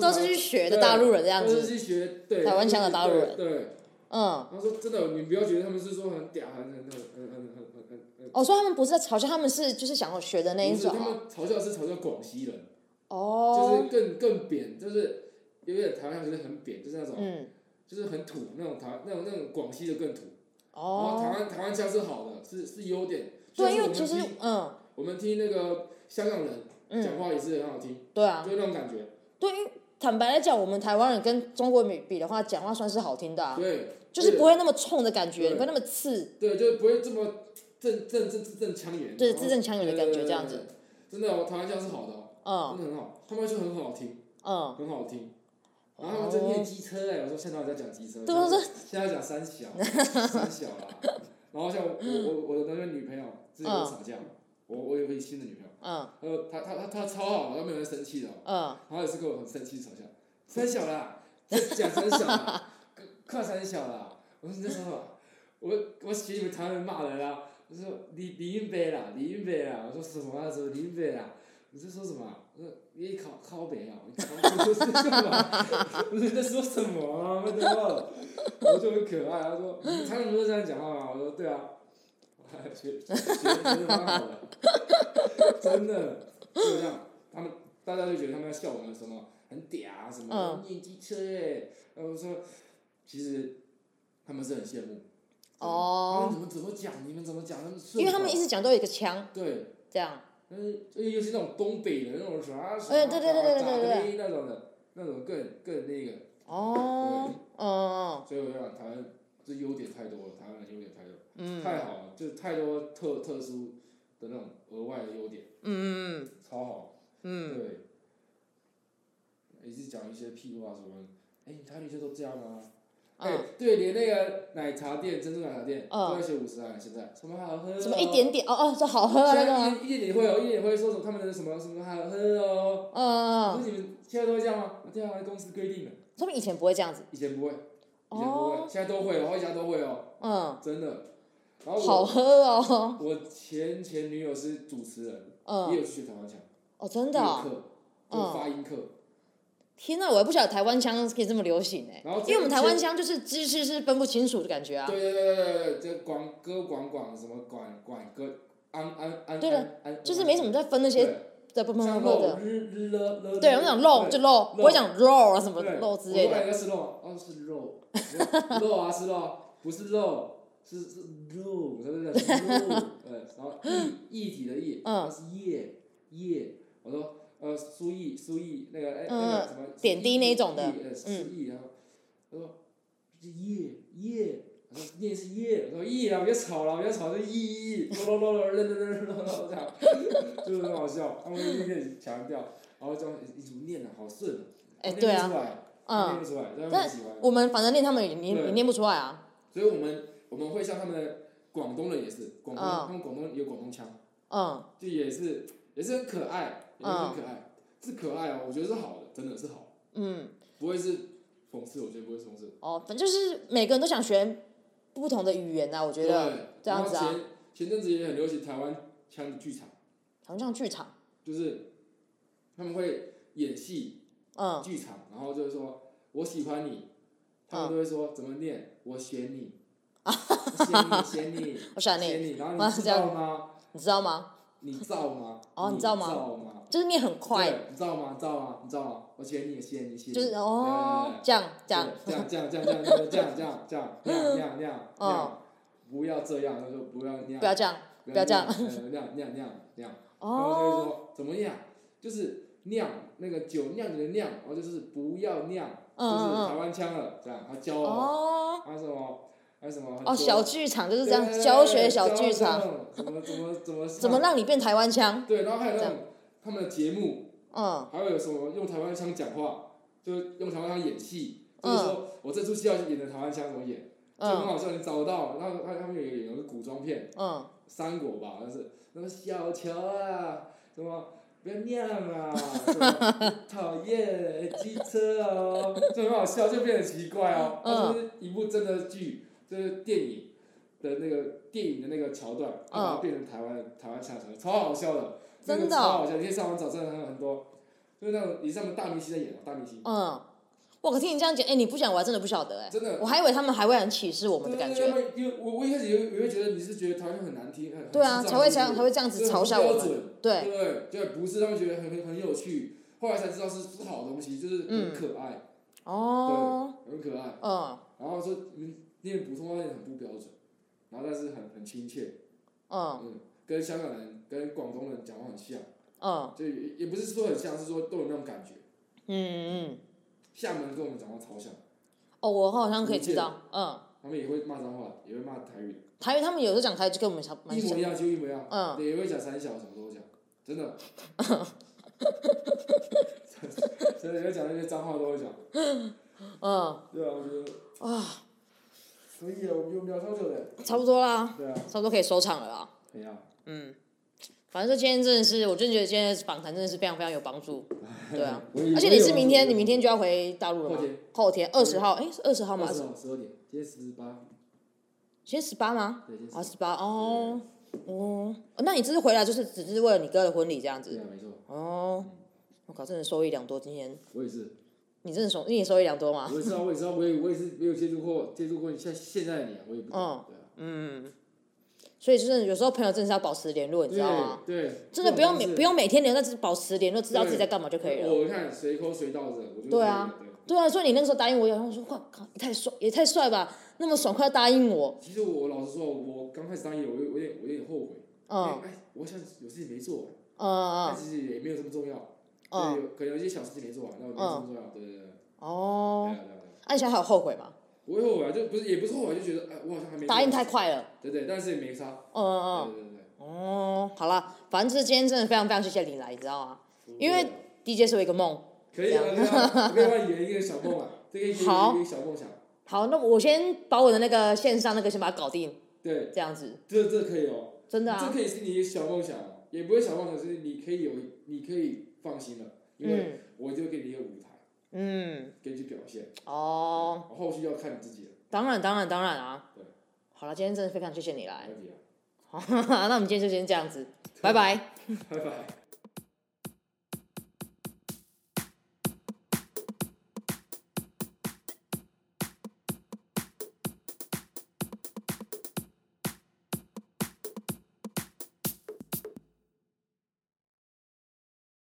都是去学的大陆人这样
都是
子，
去学对
台湾腔的大陆人
对，对
嗯，
他说真的，你不要觉得他们是说很嗲，很很很很很很很很很。
哦，所以他们不是在嘲笑，他们是就是想要学的那一种
不是他
哦，
们嘲笑是嘲笑广西人，
哦，
就是更更扁，就是有点台湾腔，就是很扁，就是那种、
嗯，
就是很土那种台那种那种广西的更土。然后台
哦，
湾台湾腔是好的，是是优点。
对，因为
像是
其
我们
实
听
嗯
我们听那个香港人
嗯，
讲话也是很好听，
对啊，
就那种感觉。
对，因为坦白来讲，我们台湾人跟中国人比的话，讲话算是好听的啊，
对，
就是不会那么冲的感觉，
对
不会那么刺，
对，就是不会这么正正正正正腔圆。
对，
然后
字正腔圆的感觉
对对对
这样子，
真的，我台湾腔是好的哦，
嗯
真的很好，他们就很好听，
嗯，
很好听。然后他们就念
哦，
机车哎、我说现在我在讲机车，
对对对
现在讲三小，啊 三小啦。然后像我我我的那个女朋友之前跟我吵架，我我有个新的女朋友，
嗯
她说她她她她超好，她没有人生气的哦，
嗯，
然后也是跟我很生气吵架，三小啦，在讲三小啦，跨三小啦，我说你在说什么？我我写你们台湾人骂人啊，我就说李李云北啦，李云北啦，我说什么啊？什么李云北啦？你在说什么啊？我说你靠靠北啊！你靠北是干嘛？我说你在说什么啊？我的我就很可爱，他说你台湾不是这样讲话吗？我说对啊，我还学学学的蛮好的，真的就这样，他们大家就觉得他们在笑我们什么很嗲啊什么
嗯，
你机车哎，然后我说其实他们是很羡慕。
哦
你们怎么讲？你们怎么讲？他们顺口
因为他们一直讲都有一个腔，
对，
这样
嗯，就又是那种东北的那种啥啥，
哎对对对对对对对
对，那种的，那种更更那个，
哦，嗯
所以我想台湾这优点太多了，台湾的优点太多，
嗯
太好了，就太多特特殊的那种额外的优点，
嗯嗯
超好，
嗯，
对，一直讲一些屁话什么，哎，你台湾女生都这样吗？哎、
嗯，
对，连那个奶茶店，珍珠奶茶店，
嗯
都要写五十啊！现在什么好喝、哦？
什么一点点哦哦，这好喝啊那
现
个
在
吗，
一一点点会哦，一点点会说什么他们的什么什么好喝哦，
嗯嗯，
不
嗯
是你们现在都会这样吗？对啊，公司规定的，
他们以前不会这样子，
以前不会，以前不会，
哦，
现在都会哦，一家都会哦，
嗯，
真的。然后
好
我
喝哦，
我前前女友是主持人，也
嗯，
有去学台湾腔，
哦真
真
的哦，
课，就发音课，
天呐，我还不晓得台湾腔可以这么流行哎、
然后
因为我们台湾腔就是知识是分不清楚的感觉啊，
哦对对对对对对，这广歌广广什么广广歌，安安安，
对
的，安
就是没什么在分那些
对，
的不不
像
不
肉
的，
日日了了，
对，我们讲肉就肉，不会讲肉啊什么
对
肉之类
我说
的，
哎，那是肉啊，哦是肉，肉啊是肉，不是肉，是是肉，对对对，是肉， 呃，然后液液体的液，
嗯
它是液液，我说呃苏意苏意那个哎
嗯
那个什么
点滴那种的
意呃苏意，然后他说是液液。我说念是液，我说意啊，别吵了，别吵，就意意，啰啰啰啰啰啰啰啰这样，就是很好笑。他们一直强调，然后这样一直念的好顺啊，
哎
念不
对啊
出来念
嗯，
不出来，但
但
很喜欢。
我们反正念他们也念
对
也念不出来啊，
所以我们我们会像他们的广东人也是，广东、
嗯
他们广东有广东腔，
嗯，
就也是也是很可爱，也是很可爱，是可爱哦，我觉得是好的，真的是好，
嗯，
不会是讽刺，我觉得不会是讽刺。
哦，反正就是每个人都想学不同的语言啊，我觉得
对
这样子啊
然后前前阵子也很流行台湾腔的剧场，
好像剧场，
就是他们会演戏
嗯，
剧场，然后就是说我喜欢你，
嗯
他们都会说怎么念，我 选你，我选你，选你，
我想你，
选你，然后
哇
你知
这样
道吗？
你知道吗？
你造吗？
哦你
你
造吗
造吗？
就是念很快，
对，你造吗？造吗？你造吗？我写你，我写你，写你。
就是哦这样这样，
对这样，这样，这样，这样，这样，这样，这样，这样，这样，这样，这
嗯
样，不要这样，他说不要那样
不，要这样，不要这样
那样，呃那样，那样，那样，那样。然后就
哦，
会说怎么样？就是酿那个酒酿的酿，然后就是不要酿，就
嗯嗯
是
嗯
台湾腔了，这样。他教我，
哦。
他什么，他什么很多
哦，小剧场就是这
对对
样，
对
教
对
学小
教
剧
这
场，
种怎么怎么怎么
怎么让你变台湾腔？
对，然后还有那
这
种他们的节目，
嗯，
还有什么用台湾腔讲话，就是用台湾腔演戏，
嗯
就是说我这出戏要演的台湾腔怎么演，就很
嗯
好笑，你找得到。然后他他们有有个古装片，
嗯，
三国吧，好像是什么小乔啊，什么。不要酿 啊！什么讨厌机车哦，就很好笑，就变得奇怪哦。它就是一部真的剧，就是电影的那个电影的那个桥段，
嗯
然后变成台湾的台湾腔什么，超好笑的。那个
真的
超
哦
好笑，你可以上网找，真的很很多，就是那种你上面大明星在演啊，大明星，
嗯，我可听你这样讲，哎，你不讲我还真的不晓得，哎，
真的。
我还以为他们还会很歧视我
我
们的感
对
觉，
对因为我我一开始也会也会觉得你是觉得台湾腔很难听，很
对啊，
很智
才
障
会
是
这
不是
样，才会这样子嘲笑
这
我
很不
们，
标准，
对，
对对，不是他们觉得很很很有趣，后来才知道是是好东西，就是
嗯
很可爱，
哦，
很可爱。
嗯
然后说嗯念普通话念得很不标准，然后但是很很亲切，
嗯
嗯，跟香港人跟广东人讲话很像，
嗯
就也也不是说很像，是说都有那种感觉。
嗯嗯，
厦门跟我们讲话超像，
哦，我好像可以知道，嗯，
他们也会骂脏话，也会骂台语，
台语他们有时候讲台语就跟我们差蛮
一模
像
一，样就一模一样，
嗯
对，也会讲三小，什么都会讲，真的。真的，也会讲那些脏话都会讲，
嗯，
对啊，我觉得。
啊，
可以啊，我们用聊超久嘞。
差不多啦，
对啊，
差不多可以收场了啦。
可以啊。
嗯，反正这今天真的是，我真的觉得今天的访谈真的是非常非常有帮助，对 啊。而且你是明天，你明天就要回大陆了
后
吗
天？
后天二十号，哎，是二十号吗？
十号十二点，今天十八，
今天十八吗？
对，今天
啊，十八哦。哦，那你这次回来就是只是为了你哥的婚礼这样
对
子？
啊，没错，
哦，我靠，真的受益良多。今天
我也是，
你真的受，你也受益良多吗？
我也知道，我也知道，我也我也是没有接触过接触过像现在的你啊，我也不懂，
嗯
对啊
所以就是有时候朋友真的是要保持联络，你知道吗？
对对，
真的不用
这
每
种方式
不用每天联络，但是保持联络，知道自己在干嘛就可以了。
我看随口随到的，我就
对啊
可以了。对
对啊，所以你那个时候答应我以后，然后我说哇靠，也太帅，也太帅吧，那么爽快答应我，
其实我老实说，我刚开始答应，我有我有点我有点后悔。
嗯
哎哎，我想有事情没做，啊但
嗯
其实也没有这么重要。
嗯嗯，
对，有可能有一些小事情没做啊完，那我没这么重要。对对对，对
哦，
啊对啊对啊
那、你现在还有后悔吗？
不会后悔啊，就不是也不是后悔，就觉得哎，我好像还没做
答应太快了，
对对，但是也没差。
嗯嗯嗯。
对对对
哦，好啦，反正就是今天真的非常非常谢谢你来，你知道吗
对，
嗯因为？DJ 是我一个梦。
可以啊，可以啊，可以帮你圆一个小梦啊，这个一个
好
一个小梦想。
好，那我先把我的那个线上那个先把它搞定，
对，
这样子，
这这可以哦，
真的
这
啊，
可以是你的小梦想哦，也不会小梦想，就是你可以有，你可以放心了，因为
嗯
我就给你一个舞台。
嗯，
可以去表现，
哦，
后续要看你自己了，
当然当然当然啊
对。
好了，今天真的非常谢谢你来
没，问题啊，
好，那我们今天就先这样子，拜拜。
拜拜。